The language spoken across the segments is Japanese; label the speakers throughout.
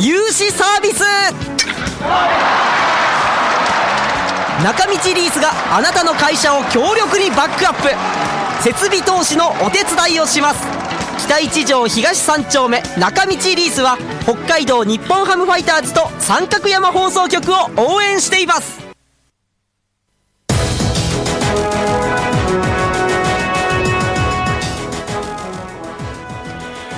Speaker 1: 融資サービス中道リースがあなたの会社を強力にバックアップ設備投資のお手伝いをします北一条東三丁目中道リースは北海道日本ハムファイターズと三角山放送局を応援しています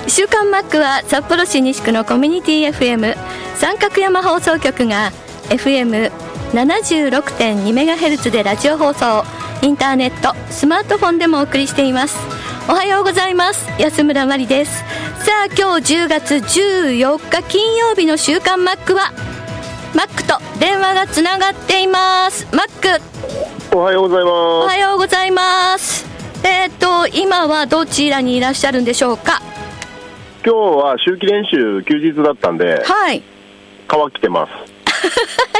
Speaker 2: 週刊マックは札幌市西区のコミュニティ FM 三角山放送局が FM76.2MHz でラジオ放送インターネットスマートフォンでもお送りしていますおはようございます安村真理ですさあ今日10月14日金曜日の週刊マックはマックと電話がつながっていますマック
Speaker 3: おはようござい
Speaker 2: お
Speaker 3: ま
Speaker 2: はようございますえっ、と今はどちらにいらっしゃるんでしょうか
Speaker 3: す。今日は秋季練習休日だったんで、
Speaker 2: はい
Speaker 3: 川来てます。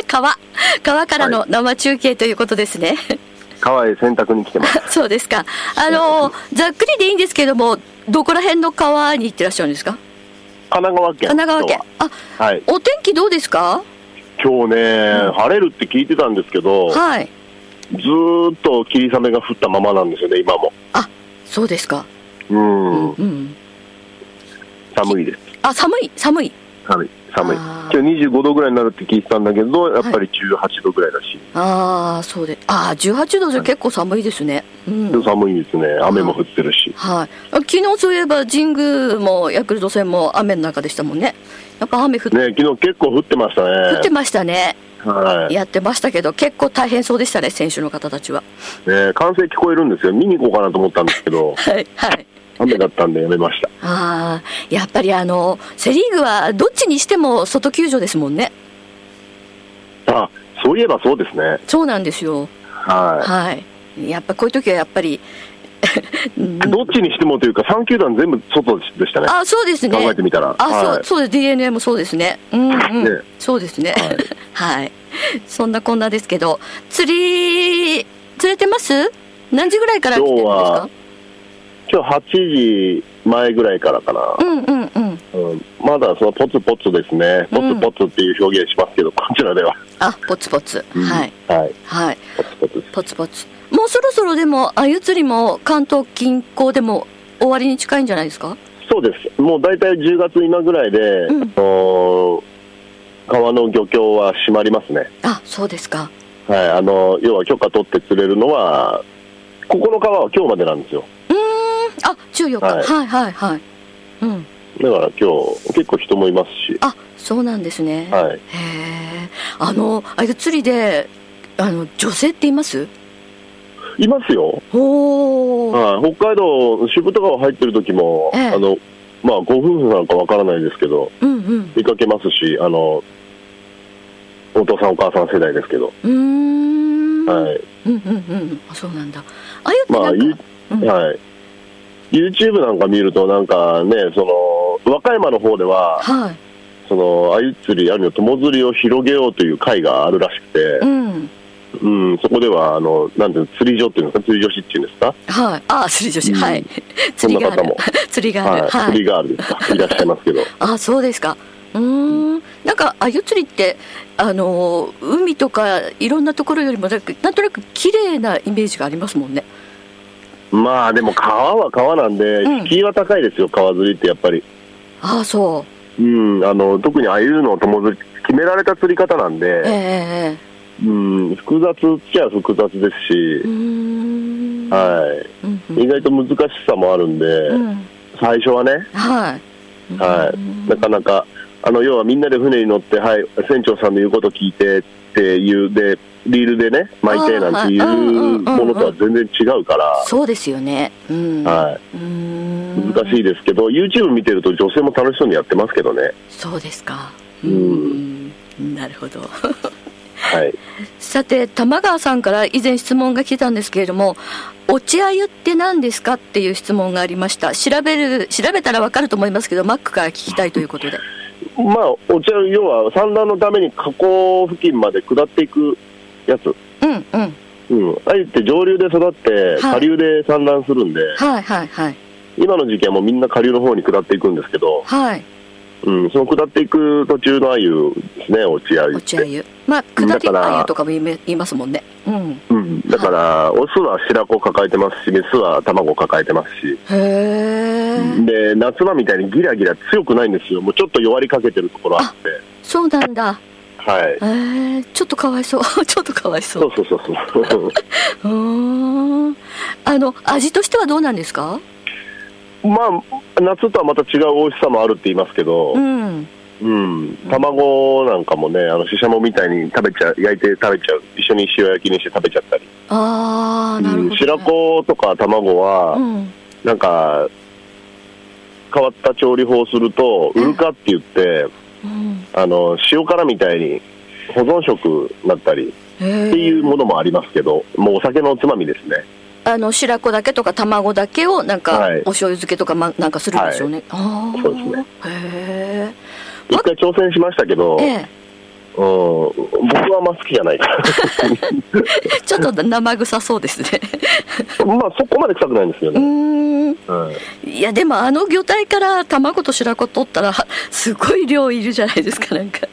Speaker 2: 川川からの生中継ということですね、
Speaker 3: 川へ洗濯に来てます。
Speaker 2: そうですかあのざっくりでいいんですけどもどこら辺の川に行ってらっしゃるんですか
Speaker 3: 神奈川県。
Speaker 2: 神奈川県あ、
Speaker 3: 今日は。はい。
Speaker 2: お天気どうですか
Speaker 3: 今日ね、晴れるって聞いてたんですけど、
Speaker 2: はい
Speaker 3: ずーっと霧雨が降ったままなんですよね、今も。
Speaker 2: あそうですか
Speaker 3: うん。
Speaker 2: うん
Speaker 3: 寒いです。
Speaker 2: あ寒い寒い
Speaker 3: 寒い。寒い
Speaker 2: あ。
Speaker 3: 今日25度ぐらいになるって聞いてたんだけど、やっぱり18度ぐらいだし、
Speaker 2: ああそうでああ18度じゃ結構寒いですねうん
Speaker 3: 寒いですね。雨も降ってるし。
Speaker 2: はい、昨日そういえば神宮もヤクルト戦も雨の中でしたもんね、やっぱ雨降っ,、
Speaker 3: ね、昨日結構降ってましたね。
Speaker 2: 降ってましたね、
Speaker 3: はい。
Speaker 2: やってましたけど、結構大変そうでしたね、選手の方たちは。、
Speaker 3: ね、歓声聞こえるんですよ。見に行こうかなと思ったんですけ ど
Speaker 2: はい、はい
Speaker 3: 雨だったんでやめました。
Speaker 2: あーやっぱりあのセ・リーグはどっちにしても外球場ですもんね、
Speaker 3: あそういえばそうですね、
Speaker 2: そうなんですよ、
Speaker 3: は
Speaker 2: はい、やっぱこういう時はやっぱり、
Speaker 3: い、どっちにしてもというか、3球団全部外でしたね、
Speaker 2: あそうですね、
Speaker 3: 考えてみたら
Speaker 2: あ、
Speaker 3: はい
Speaker 2: そうそうです、d n a もそうですね、うんうん、
Speaker 3: ね
Speaker 2: そうですね、 は
Speaker 3: はいい、
Speaker 2: そんなこんなですけど、釣り、釣れてます何時ぐらいから来てるんです
Speaker 3: 今日は
Speaker 2: か
Speaker 3: 今日8時前ぐらいからかな、
Speaker 2: うんうんうん、
Speaker 3: うん、まだそのポツポツですね、ポ
Speaker 2: うん
Speaker 3: ツポツっていう表現しますけど、こちらでは、
Speaker 2: あポツポツ、はい、
Speaker 3: はい、
Speaker 2: はい、
Speaker 3: ポツポツです
Speaker 2: ポツポツ、もうそろそろでも、あゆ釣りも関東近郊でも終わりに近いんじゃないですか、
Speaker 3: そうです、もう大体10月今ぐらいで、
Speaker 2: ん
Speaker 3: あのー川の漁協は閉まりますね、
Speaker 2: あそうですか、
Speaker 3: はいあのー要は許可取って釣れるのは、ここの川は今日までなんですよ。
Speaker 2: あ14日、
Speaker 3: はい
Speaker 2: はいはいはい、うん、
Speaker 3: だから今日結構人もいますし、
Speaker 2: あそうなんですね。
Speaker 3: はい、
Speaker 2: へえあのあゆ釣りであの女性っています
Speaker 3: いますよ、
Speaker 2: おお
Speaker 3: はい、北海道、支部とかは入ってる時も、
Speaker 2: ええ
Speaker 3: あのまあ、ご夫婦なのかわからないですけど、
Speaker 2: うんうん
Speaker 3: 見かけますし、あのお父さん、お母さん世代ですけど、
Speaker 2: うーん、
Speaker 3: はい
Speaker 2: うんうんうんあそうなんだあゆって
Speaker 3: ま
Speaker 2: な
Speaker 3: あ
Speaker 2: んか、うん
Speaker 3: はい、YouTube なんか見ると、なんかね、その和歌山の方では、
Speaker 2: はい
Speaker 3: その鮎釣り、あるいは友釣りを広げようという会があるらし
Speaker 2: う
Speaker 3: く
Speaker 2: ん
Speaker 3: て、うん、そこではあのなんていうの釣り場っていうんですか、釣り女子っていうんですか、
Speaker 2: はいあ釣り女子、
Speaker 3: うん
Speaker 2: はい
Speaker 3: そん
Speaker 2: 釣
Speaker 3: な
Speaker 2: りがあ
Speaker 3: 方
Speaker 2: る
Speaker 3: も
Speaker 2: 釣りがあ
Speaker 3: は
Speaker 2: る
Speaker 3: い、
Speaker 2: はい、
Speaker 3: 釣りガールですか、いらっしゃいますけど。
Speaker 2: あそうですかうーんなんかあゆ釣りってあの海とかいろんなところよりもなんかなんとなく綺麗なイメージがありますもんね
Speaker 3: まあでも川は川なんで、
Speaker 2: うん
Speaker 3: 敷居は高いですよ、川釣りってやっぱり、
Speaker 2: ああそ
Speaker 3: うん、あの特にああいうの友釣り、決められた釣り方なん
Speaker 2: うえええ
Speaker 3: で、うん、複雑っちゃ複雑です
Speaker 2: えう
Speaker 3: し、
Speaker 2: ーん
Speaker 3: は
Speaker 2: うんうん
Speaker 3: い、意外と難しさもあるんで、
Speaker 2: うん
Speaker 3: 最初はね、
Speaker 2: はい。
Speaker 3: はい、なかなか、あの要はみんなで船に乗って、はい、船長さんの言うこと聞いてっていう、でリールでね、巻いてなんてい
Speaker 2: あーはいうん
Speaker 3: も
Speaker 2: うんうんうん
Speaker 3: のとは全然違うから、
Speaker 2: そうですよね。うん。。
Speaker 3: はい
Speaker 2: うー
Speaker 3: ず
Speaker 2: ん。
Speaker 3: 難しいですけど、YouTube 見てると女性も楽しそうにやってますけどね。
Speaker 2: そうですか。う。
Speaker 3: うん
Speaker 2: なるほど。
Speaker 3: はい。
Speaker 2: さて、玉川さんから以前質問が来てたんですけれども、落合って何ですかっていう質問がありました。調べる、調べたらわかると思いますけど、マックから聞きたいということで。
Speaker 3: まあ、お茶、要は産卵のために河口付近まで下っていくやつ。
Speaker 2: うんうん。
Speaker 3: うん。あえて上流で育って、
Speaker 2: はい
Speaker 3: 下流で産卵するんで、
Speaker 2: はいはいはい。
Speaker 3: 今の時期はもうみんな下流の方に下っていくんですけど、
Speaker 2: はい。
Speaker 3: うん、その下っていく途中の鮎ですね、落ち鮎っ
Speaker 2: 落合
Speaker 3: て。
Speaker 2: 湯。まあ、下り鮎とかも言いめ言いますもんね。うん。
Speaker 3: うん、だから、オスは白子を抱えてますし、メスは卵を抱えてますし、
Speaker 2: へえ。
Speaker 3: で、夏場みたいにギラギラ強くないんですよ。もうちょっと弱りかけてるところあって。
Speaker 2: そうなんだ。
Speaker 3: はい。
Speaker 2: えー、ちょっとかわいそう。 ちょっとかわいそ。
Speaker 3: そううそうそうそう。
Speaker 2: うーん。あの、味としてはどうなんですか
Speaker 3: まあ、夏とはまた違う美味しさもあるって言いますけど
Speaker 2: う、ん。
Speaker 3: うん、卵なんかもね、あの、ししゃもみたいに食べちゃう、焼いて食べちゃう、一緒に塩焼きにして食べちゃったり。
Speaker 2: ああ、なるほど、
Speaker 3: うん
Speaker 2: ね。
Speaker 3: 白子とか卵は、
Speaker 2: うん。
Speaker 3: なんか、変わった調理法をすると、ウルカって言って、
Speaker 2: うん。
Speaker 3: あの、塩辛みたいに保存食になったり
Speaker 2: へえ
Speaker 3: っていうものもありますけど、もうお酒のおつまみですね。
Speaker 2: あの白子だけとか卵だけをなんか、
Speaker 3: はい
Speaker 2: お醤油漬けとか、ま、なんかするんでしょうね、ああ
Speaker 3: そうですね
Speaker 2: へ
Speaker 3: 一回挑戦しましたけど、
Speaker 2: ええ
Speaker 3: うん、
Speaker 2: え
Speaker 3: 僕はあんま好きじゃな いから。
Speaker 2: ちょっと生臭そうですね
Speaker 3: まあそこまで臭くないんですよ
Speaker 2: う
Speaker 3: ね。
Speaker 2: ーん
Speaker 3: うん
Speaker 2: いやでもあの魚体から卵と白子取ったらすごい量いるじゃないですかなんか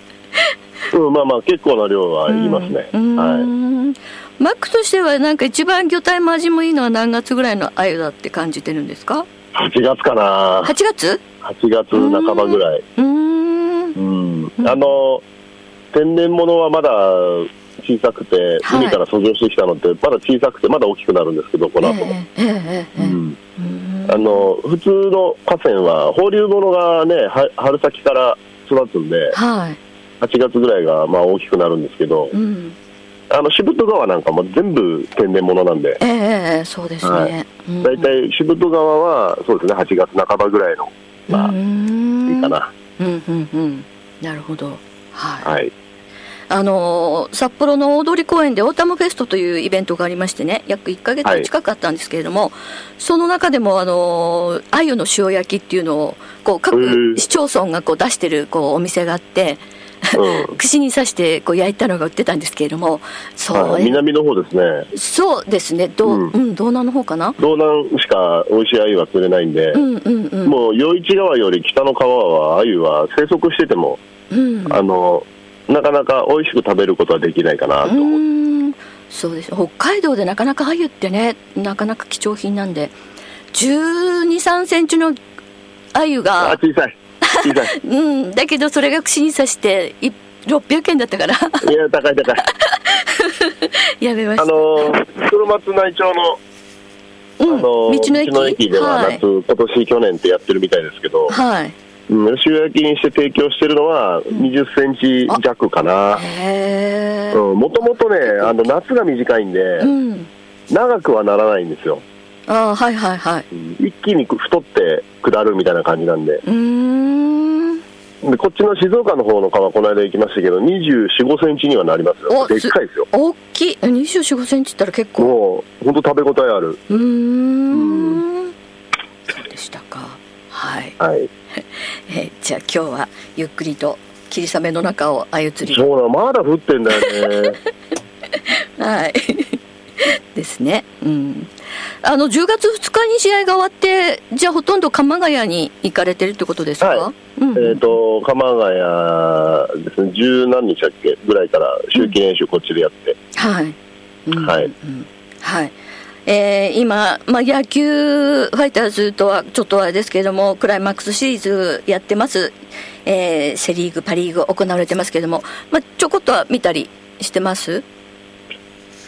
Speaker 3: うん、まあまあ結構な量は言いますね。
Speaker 2: うんう
Speaker 3: は
Speaker 2: んマックとしてはなんか一番魚体も味もいいのは何月ぐらいの鮎だって感じてるんですか
Speaker 3: い。8月かな
Speaker 2: 8月
Speaker 3: 8月半ばぐらい。
Speaker 2: うーん
Speaker 3: うん。あの、天然物はまだ小さくて、
Speaker 2: はい
Speaker 3: 海から遡上してきたのって、まだ小さくて、まだ大きくなるんですけど、この後も。
Speaker 2: えええええええ
Speaker 3: う
Speaker 2: え
Speaker 3: ん、
Speaker 2: うん
Speaker 3: あの普通の河川は放流物がねは春先から育つんで
Speaker 2: はい
Speaker 3: 8月ぐらいがまあ大きくなるんですけど
Speaker 2: うん
Speaker 3: あのしぶと川なんかも全部天然物なんで
Speaker 2: ええええええそうですね、
Speaker 3: はい
Speaker 2: うん
Speaker 3: 大体しぶと川はそうですね8月半ばぐらいのま
Speaker 2: う
Speaker 3: あ
Speaker 2: ん
Speaker 3: いいかな
Speaker 2: うんうんうんなるほどはい、
Speaker 3: はい
Speaker 2: あのー札幌の大通公園でオータムフェストというイベントがありましてね約1ヶ月近くあったんですけれども、その中でもあのー鮎の塩焼きっていうのをこう
Speaker 3: へ
Speaker 2: 各
Speaker 3: ー
Speaker 2: 市町村がこう出してるこうお店があって
Speaker 3: う
Speaker 2: 串に刺してこう焼いたのが売ってたんですけれどもそ
Speaker 3: ん、はい、
Speaker 2: れ、
Speaker 3: 南の方ですね
Speaker 2: そうですねどう、う
Speaker 3: うん
Speaker 2: ん道南の方かな
Speaker 3: 道南しか美味しい鮎は釣れないんで
Speaker 2: う、んうんうん
Speaker 3: もう余市川より北の川は鮎は生息してても、
Speaker 2: うん
Speaker 3: あのなかなか美味しく食べることはできないかな
Speaker 2: う
Speaker 3: と思う、
Speaker 2: ーんそうです北海道でなかなか鮎ってねなかなか貴重品なんで1 2 3センチの鮎
Speaker 3: あ
Speaker 2: が
Speaker 3: 小さい小さい
Speaker 2: うんだけどそれが串に刺してい600円だったから
Speaker 3: いや、高い高い。
Speaker 2: やめまし
Speaker 3: あ
Speaker 2: た、
Speaker 3: のー、黒松内町の、
Speaker 2: うん
Speaker 3: あのー
Speaker 2: 道の駅
Speaker 3: では
Speaker 2: は
Speaker 3: 夏、
Speaker 2: い、
Speaker 3: 今年、去年ってやってるみたいですけど、
Speaker 2: はい、
Speaker 3: うん、塩焼きにして提供してるのは、20センチ弱かな。
Speaker 2: へえ
Speaker 3: うんもともとね、あの、夏が短いんで、
Speaker 2: うん
Speaker 3: 長くはならないんですよ。
Speaker 2: ああはいはいはい
Speaker 3: うん一気に太って下るみたいな感じなんで。
Speaker 2: うーん
Speaker 3: で、こっちの静岡の方の川、この間行きましたけど、24、5センチにはなりますよ。でっかいですよ。
Speaker 2: 大きい2 4 5センチったら結構
Speaker 3: もう、ほんと食べ応えある。
Speaker 2: うーんそうでしたかはい
Speaker 3: はい。
Speaker 2: えーじゃあ今日はゆっくりと霧雨の中をあゆ釣り
Speaker 3: そうなの、まだ降ってんだよね。
Speaker 2: はい ですねうんあの10月2日に試合が終わってじゃあほとんど鎌ヶ谷に行かれてるってことですか、
Speaker 3: は
Speaker 2: うん
Speaker 3: えー、と鎌ヶ谷ですね、十何日だっけぐらいから、周期練習、こっちでやって、
Speaker 2: はい、うん
Speaker 3: はい
Speaker 2: うんはいえー今、まあ、野球ファイターズとはちょっとあれですけれどもクライマックスシリーズやってます、えーセ・リーグパ・リーグ行われてますけれども、まあ、ちょこっとは見たりしてます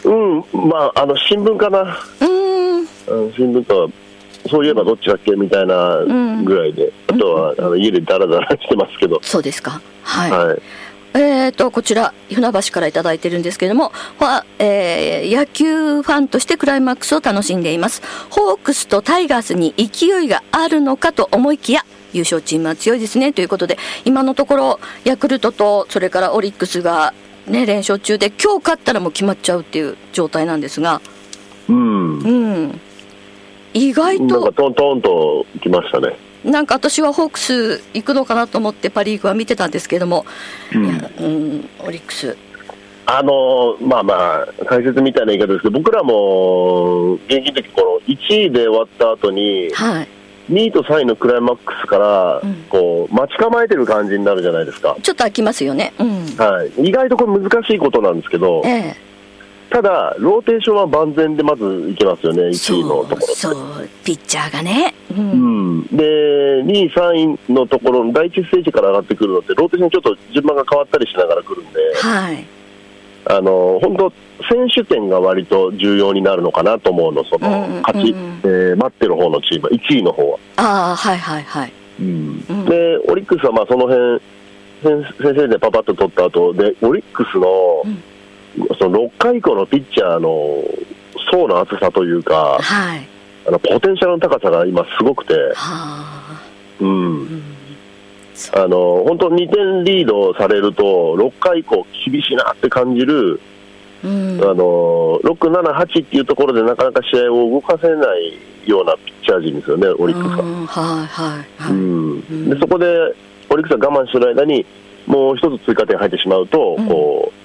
Speaker 3: うん、まあ、あの新聞かな、
Speaker 2: うーん
Speaker 3: うん新聞とは、そういえばどっちだっけみたいなぐらいで、あとはあの家でだらだらしてますけど、
Speaker 2: そうですか。はい。
Speaker 3: はい、
Speaker 2: えー、とこちら船橋からいただいてるんですけれども、はえー野球ファンとしてクライマックスを楽しんでいますホークスとタイガースに勢いがあるのかと思いきや優勝チームは強いですねということで今のところヤクルトとそれからオリックスが、ね、連勝中で今日勝ったらもう決まっちゃうっていう状態なんですが、
Speaker 3: うん、
Speaker 2: うん、意外
Speaker 3: なん
Speaker 2: と
Speaker 3: かトントンと来ましたね。
Speaker 2: なんか私はホークス行くのかなと思ってパ・リーグは見てたんですけれども、うん、オリックス
Speaker 3: あのまあまあ、解説みたいな言い方ですけど、僕らも現金的にこの1位で終わった後に、
Speaker 2: はい。
Speaker 3: 2位と3位のクライマックスから
Speaker 2: うん、
Speaker 3: こう、待ち構えてる感じになるじゃないですか。
Speaker 2: ちょっと飽きますよね。うん。
Speaker 3: はい、意外とこれ難しいことなんですけど、
Speaker 2: え
Speaker 3: ただ、ローテーションは万全でまずいけますよね、
Speaker 2: え。
Speaker 3: 1位のところ。
Speaker 2: そう、ピッチャーがね。う。
Speaker 3: うんん、で、2位、3位のところの第1ステージから上がってくるのって、ローテーションちょっと順番が変わったりしながら来るんで、
Speaker 2: はい。
Speaker 3: あの本当、選手権が割と重要になるのかなと思うの、その
Speaker 2: うんうん
Speaker 3: 勝ち、えー待ってる方のチーム、1位の方は。
Speaker 2: ああ、はいはいはい。うん
Speaker 3: で、オリックスはまあその辺先先生でパパッと取った後で、オリックスの,、
Speaker 2: うん
Speaker 3: その6回以降のピッチャーの層の厚さというか、
Speaker 2: はい。は
Speaker 3: あのポテンシャルの高さが今、すごくて、
Speaker 2: あ。
Speaker 3: うん
Speaker 2: うん。そ
Speaker 3: あの本当、2点リードされると、6回以降、厳しいなって感じる。
Speaker 2: うん。
Speaker 3: あの6、7、8っていうところでなかなか試合を動かせないようなピッチャー陣ですよね、オリックス
Speaker 2: う
Speaker 3: が。
Speaker 2: んはいはいは
Speaker 3: う
Speaker 2: い。
Speaker 3: ん、でそこでオリックスが我慢してる間に、もう一つ追加点入ってしまうと、
Speaker 2: うん
Speaker 3: こう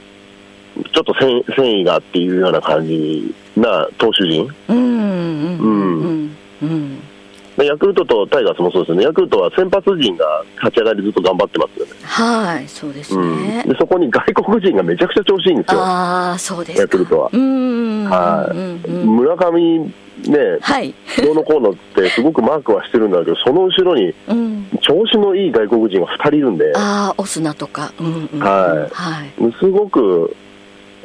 Speaker 3: ちょっと繊維繊維がっていうような感じな投手陣、
Speaker 2: うん。うん。うん。うん。
Speaker 3: でヤクルトとタイガースもそうですよね、ヤクルトは先発陣が立ち上がりずっと頑張ってますよね、
Speaker 2: はい。そうです
Speaker 3: うん
Speaker 2: ね。
Speaker 3: でそこに外国人がめちゃくちゃ調子いいんですよ、
Speaker 2: ああ、そうですか。
Speaker 3: ヤクルトは。
Speaker 2: うん。
Speaker 3: はい
Speaker 2: うんうんうん
Speaker 3: 村上ね、
Speaker 2: はい。
Speaker 3: どうのこうのってすごくマークはしてるんだけど、その後ろに
Speaker 2: うん。
Speaker 3: 調子のいい外国人が2人いるんで、
Speaker 2: ああ、オスナとか。うんうん。
Speaker 3: はい
Speaker 2: はい。
Speaker 3: すごく、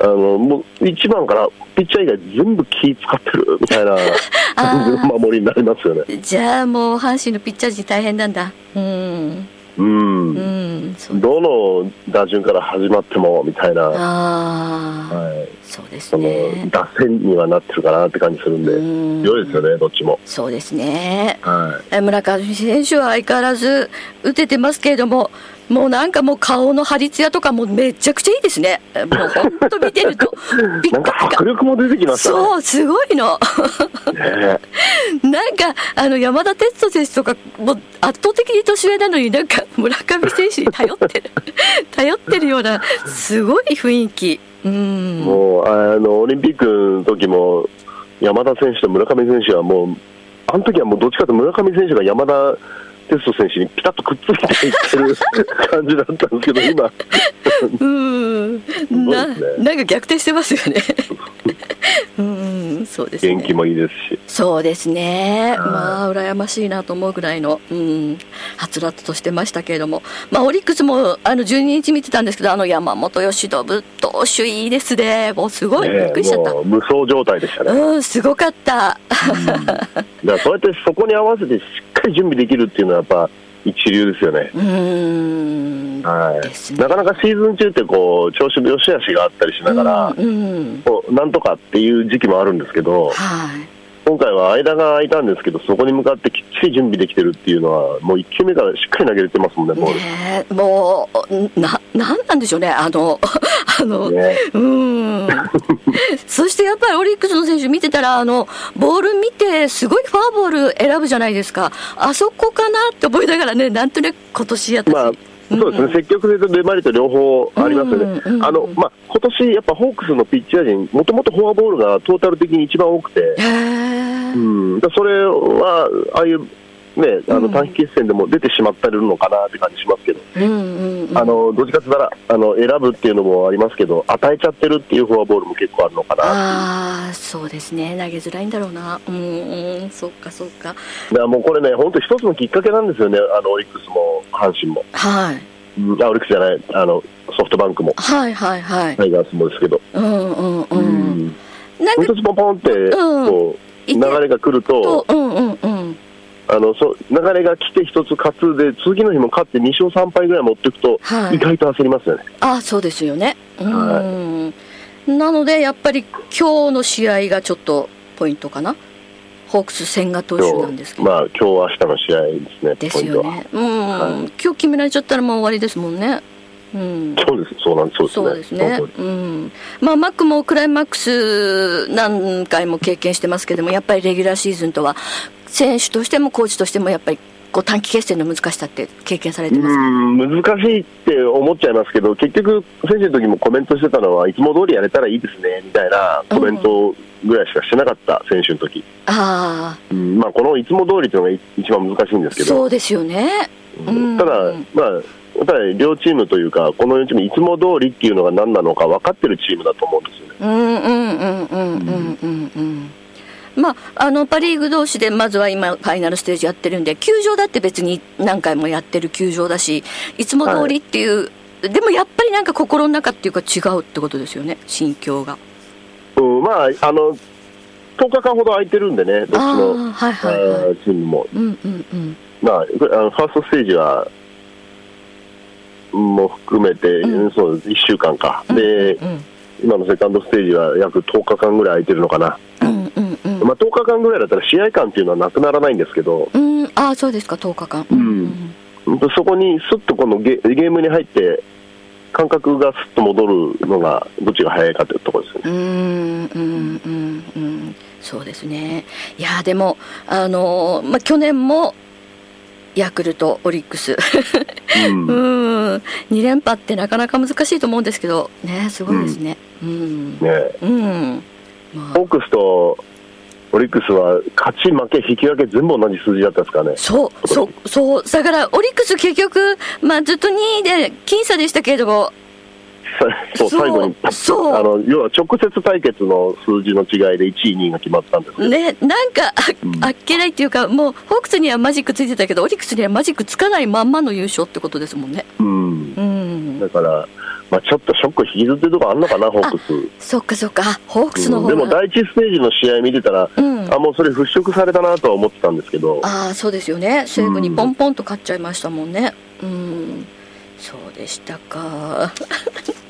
Speaker 3: あのもう1番からピッチャー以外全部気使ってるみ たいな感じの守りになりますよね。
Speaker 2: じゃあもう阪神のピッチャー陣大変なんだ。うん。
Speaker 3: う
Speaker 2: う
Speaker 3: ん
Speaker 2: ん。そう
Speaker 3: どの打順から始まってもみたいな、は
Speaker 2: ああ、
Speaker 3: い、
Speaker 2: そうです
Speaker 3: その
Speaker 2: ね。
Speaker 3: 打線にはなってるかなって感じするんで、
Speaker 2: うん
Speaker 3: 良いですよね、どっちも。
Speaker 2: そうですね。
Speaker 3: は
Speaker 2: え村上選手は相変わらず打ててますけれども、もうなんかもう顔の張り艶とかもめちゃくちゃいいですね。えもう本当見てる とび
Speaker 3: い、な
Speaker 2: っ
Speaker 3: んか
Speaker 2: か
Speaker 3: 迫
Speaker 2: り
Speaker 3: 力も出てきま
Speaker 2: が。
Speaker 3: したね。
Speaker 2: そう、すごいの。
Speaker 3: ね
Speaker 2: なんか、あの、山田哲人選手とか、もう圧倒的に年上なのになんか村上選手に頼ってる、頼ってるような、すごい雰囲気。うん。
Speaker 3: もうあのオリンピックの時も山田選手と村上選手はもうあの時はもうどっちかというと村上選手が山田哲人選手にピタッとくっついていってる感じだったんですけど今
Speaker 2: うん、
Speaker 3: ごい
Speaker 2: な
Speaker 3: ですね
Speaker 2: なんか逆転してますよ ね。うん、そうですね。
Speaker 3: 元気もいいです し
Speaker 2: そうですね。
Speaker 3: はい
Speaker 2: まあ羨ましいなと思うぐらいの、うん、はつらつとしてましたけれども、まあオリックスもあの12日見てたんですけど、あの山本由伸投手いいですね。もうすごい、びっくりしちゃっ
Speaker 3: ね
Speaker 2: た。
Speaker 3: もう無双状態でしたね、
Speaker 2: うん、すごかった。
Speaker 3: だからそうやってそこに合わせてしっかり準備できるっていうのはやっぱ一流ですよね。
Speaker 2: うん。
Speaker 3: はい
Speaker 2: ですね
Speaker 3: なかなかシーズン中ってこう調子の良し悪しがあったりしながら、
Speaker 2: うん、うん
Speaker 3: こうなんとかっていう時期もあるんですけど、
Speaker 2: はい。
Speaker 3: 今回は間が空いたんですけど、そこに向かってきっちり準備できてるっていうのは、もう1球目からしっかり投げれてますもんね、ボール。
Speaker 2: ねえもう、な、なんなんでしょうね、あの、 あの、
Speaker 3: ね
Speaker 2: うーんそしてやっぱりオリックスの選手見てたらあのボール見てすごいフォアボール選ぶじゃないですかあそこかなって思いながらねなんとなく今年やったし、
Speaker 3: まあそうですね、積極性と粘りと両方ありますよね、
Speaker 2: うんうん
Speaker 3: あのまあ今年やっぱホークスのピッチャー陣、もともとフォアボールがトータル的に一番多くて、
Speaker 2: へえ
Speaker 3: うん、だからそれは、ああいう、ね、あ
Speaker 2: う
Speaker 3: の
Speaker 2: ん
Speaker 3: 短期決戦でも出てしまってるのかなって感じしますけど、
Speaker 2: うんうんうん
Speaker 3: あのどっちかって言ったらあの、選ぶっていうのもありますけど、与えちゃってるっていうフォアボールも結構あるのかなっていう
Speaker 2: ああそうですね投げづらいんだろうなうんうんそっかそっか
Speaker 3: だからもうこれね、本当、一つのきっかけなんですよね、あのオリックスも阪神も、
Speaker 2: はい
Speaker 3: あオリックスじゃないあの、ソフトバンクも、
Speaker 2: はいはいはい
Speaker 3: タイガースもですけど、
Speaker 2: うんうんう
Speaker 3: うんん
Speaker 2: なんか
Speaker 3: 一つポンポンって、
Speaker 2: うん
Speaker 3: こう
Speaker 2: いけ
Speaker 3: 流れが来ると、
Speaker 2: とうんうんうん
Speaker 3: あのそう流れが来て一つ勝つで、次の日も勝って2勝3敗ぐらい持っていくと、
Speaker 2: はい
Speaker 3: 意外と焦りますよね。
Speaker 2: ああそうですよねうん、なのでやっぱり今日の試合がちょっとポイントかなホークス千賀投手なんですけど、
Speaker 3: まあ今日明日の試合ですね、
Speaker 2: です
Speaker 3: ポイント
Speaker 2: よ
Speaker 3: は。
Speaker 2: ねうん、今日決められちゃったらもう終わりですもんねうん
Speaker 3: そうです、そうなんです、
Speaker 2: そうですね
Speaker 3: その通り
Speaker 2: うんまあ、マックもクライマックス何回も経験してますけどもやっぱりレギュラーシーズンとは選手としてもコーチとしてもやっぱりこう短期決戦の難しさって経験されて
Speaker 3: う
Speaker 2: ますか
Speaker 3: ん難しいって思っちゃいますけど、結局、選手の時もコメントしてたのは、いつも通りやれたらいいですねみたいなコメントぐらいしかしてなかった、選手の時
Speaker 2: あ
Speaker 3: うんまあこのいつも通りというのが一番難しいんで
Speaker 2: あ
Speaker 3: すけ
Speaker 2: そ
Speaker 3: ど
Speaker 2: う、ですよね、うん、
Speaker 3: ただ
Speaker 2: うん、
Speaker 3: まあ、やっぱり両チームというか、この4チーム、いつも通りっていうのが何なのか分かってるチームだと思うんですよね。
Speaker 2: うんうんうんうんうんうんうんまあ、あのパ・リーグ同士でまずは今ファイナルステージやってるんで球場だって別に何回もやってる球場だしいつも通りっていう、でもやっぱりなんか心の中っていうか違うってことですよね心境が
Speaker 3: うん、まあ、あの、10日間ほど空いてるんでね、どっち
Speaker 2: あ
Speaker 3: の
Speaker 2: あはい
Speaker 3: あ
Speaker 2: はいはい
Speaker 3: ーチームも。
Speaker 2: うんうんうん
Speaker 3: まあ、あのファーストステージは、も含めて、
Speaker 2: う
Speaker 3: そう1週間か、で、
Speaker 2: うん
Speaker 3: 今のセカンドステージは約10日間ぐらい空いてるのかな、
Speaker 2: うんうんうん
Speaker 3: まあ、10日間ぐらいだったら試合間っていうのはなくならないんですけど、
Speaker 2: うんああそうですか10日間うんん
Speaker 3: そこにすっとこのゲゲームに入って、感覚がすっと戻るのが、どっちが早いかというところですよね。
Speaker 2: うんうんうんうんそうですねいやーでもあのーまあ去年もヤクルトオリックス
Speaker 3: うん
Speaker 2: うん2連覇ってなかなか難しいと思うんですけどねすごいですねうん
Speaker 3: ね
Speaker 2: うんまあ
Speaker 3: ホークスとオリックスは勝ち負け引き分け全部同じ数字だったんですかね。
Speaker 2: そうそうそうだからオリックス結局まあずっと2位で僅差でしたけれども
Speaker 3: さ そう
Speaker 2: そう
Speaker 3: 最後に
Speaker 2: そう
Speaker 3: あの要は直接対決の数字の違いで1位2位が決まったんですけど、
Speaker 2: ね、なんかあ
Speaker 3: うん
Speaker 2: あっけないっていうか、もうホークスにはマジックついてたけど、オリックスにはマジックつかないまんまの優勝ってことですもんね。
Speaker 3: うん、
Speaker 2: うん、
Speaker 3: だから、まあ、ちょっとショック引きずってるとこあんのかなホークス、うん
Speaker 2: そっかそっか、ホークスの方
Speaker 3: で
Speaker 2: が、
Speaker 3: も第一ステージの試合見てたら、
Speaker 2: うん
Speaker 3: あもうそれ払拭されたなとは思ってたんですけど、
Speaker 2: ああ、そうですよね、西武にポンポンと勝っちゃいましたもんね。うん、そうでしたか。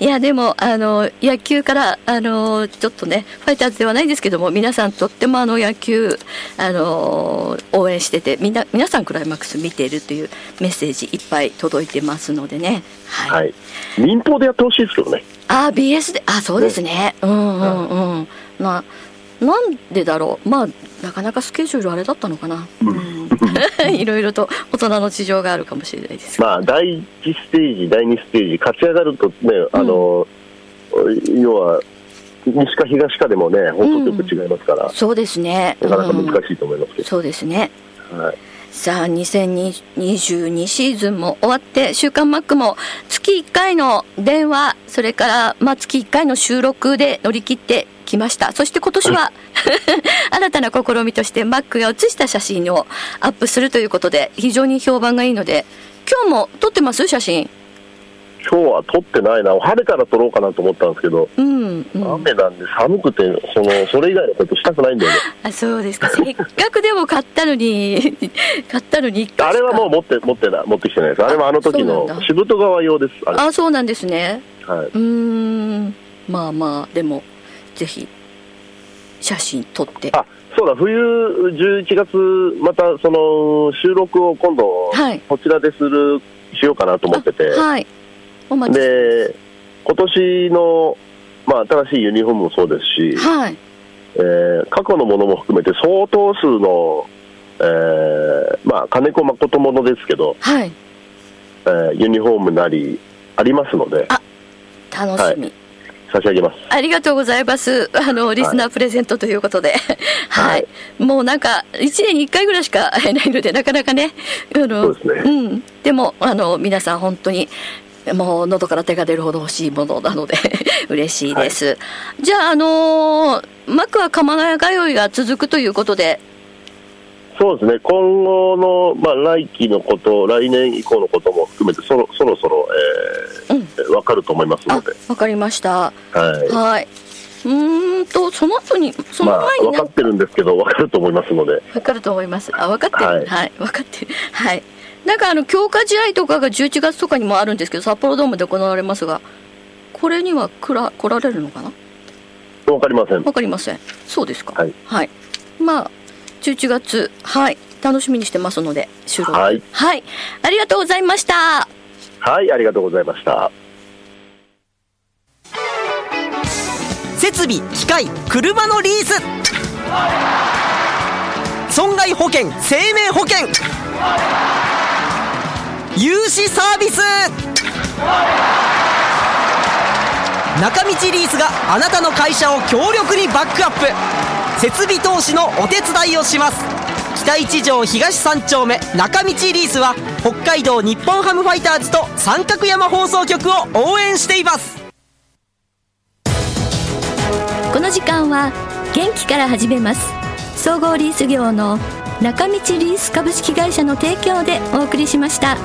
Speaker 2: いやでもあの野球からあのちょっとねファイターズではないですけども皆さんとってもあの野球あの応援しててみんな皆さんクライマックス見ているというメッセージいっぱい届いてますのでねはい、
Speaker 3: はい、民放でやってほしいですけどね、
Speaker 2: あー BS であそうですねうんうんうん、ななんでだろうまあなかなかスケジュールあれだったのかな、うん、 いろいろと大人の事情があるかもしれないですけど
Speaker 3: まあ、第一ステージ、第二ステージ、勝ち上がるとね、あの要は西か東かでもね、放送局違いますから、
Speaker 2: そうですね
Speaker 3: なかなか
Speaker 2: うん
Speaker 3: 難しいと思いますけど。
Speaker 2: そうですね
Speaker 3: はい
Speaker 2: さあ2022シーズンも終わって「週刊マック」も月1回の電話それから、まあ、月1回の収録で乗り切ってきましたそして今年は 新たな試みとしてマックが写した写真をアップするということで非常に評判がいいので今日も撮ってます写真
Speaker 3: 今日は撮ってないな、晴れから撮ろうかなと思ったんですけど、
Speaker 2: うん、うん、
Speaker 3: 雨なんで寒くて、そのそれ以外のことしたくないんだよね、
Speaker 2: あそうですかせっかくでも買ったのに 買ったのに一回
Speaker 3: あ
Speaker 2: し
Speaker 3: れ
Speaker 2: か
Speaker 3: はもう持って持ってない持ってきてないです、あれはあの時
Speaker 2: そう
Speaker 3: の
Speaker 2: なんだ
Speaker 3: 仕事側用です、あれ、
Speaker 2: あそうなんですね
Speaker 3: はい、
Speaker 2: うーんまあまあでもぜひ写真撮って
Speaker 3: あそうだ、冬11月、またその収録を今度、
Speaker 2: はい
Speaker 3: こちらでするしようかなと思ってて、
Speaker 2: はいお待ち
Speaker 3: で今年の、まあ、新しいユニフォームもそうですし、
Speaker 2: はい
Speaker 3: えー過去のものも含めて、相当数の、えーまあ、金子誠ものですけど、
Speaker 2: はい
Speaker 3: えーユニフォームなりありますので
Speaker 2: あ楽しみ、
Speaker 3: 差し上げます
Speaker 2: ありがとうございますあのリスナープレゼントということではい、
Speaker 3: はい
Speaker 2: もうなんか1年に1回ぐらいしか会えないのでなかなかねあの
Speaker 3: そうです
Speaker 2: うんでもあの皆さん本当にもう喉から手が出るほど欲しいものなので 嬉しいです、じゃああのーマックは鎌ヶ谷通いが続くということで
Speaker 3: そうですね今後の、まあ、来期のこと来年以降のことも含めてそろそろそろ、えー
Speaker 2: うん
Speaker 3: 分かると思いますの
Speaker 2: あ
Speaker 3: で、
Speaker 2: わかりました。
Speaker 3: はい、
Speaker 2: はい。うーんととその後にその
Speaker 3: まあ
Speaker 2: 前に
Speaker 3: 分
Speaker 2: な
Speaker 3: かってるんですけど分かると思いますので
Speaker 2: わかると思います。あ、分かってる。は、
Speaker 3: はいい
Speaker 2: 分かってる。はい。なんかあの強化試合とかが11月とかにもあるんですけど、札幌ドームで行われますが、これには来ら来られるのかな？
Speaker 3: 分かりません
Speaker 2: わかりません。そうですか。
Speaker 3: はい。
Speaker 2: まあ11月はい楽しみにしてますので収録。
Speaker 3: はい
Speaker 2: はい。ありがとうございました。
Speaker 3: はいありがとうございました
Speaker 1: 設備機械車のリース損害保険生命保険融資サービス中道リースがあなたの会社を強力にバックアップ設備投資のお手伝いをします北一条東三丁目中道リースは北海道日本ハムファイターズと三角山放送局を応援しています
Speaker 2: この時間は元気から始めます総合リース業の中道リース株式会社の提供でお送りしました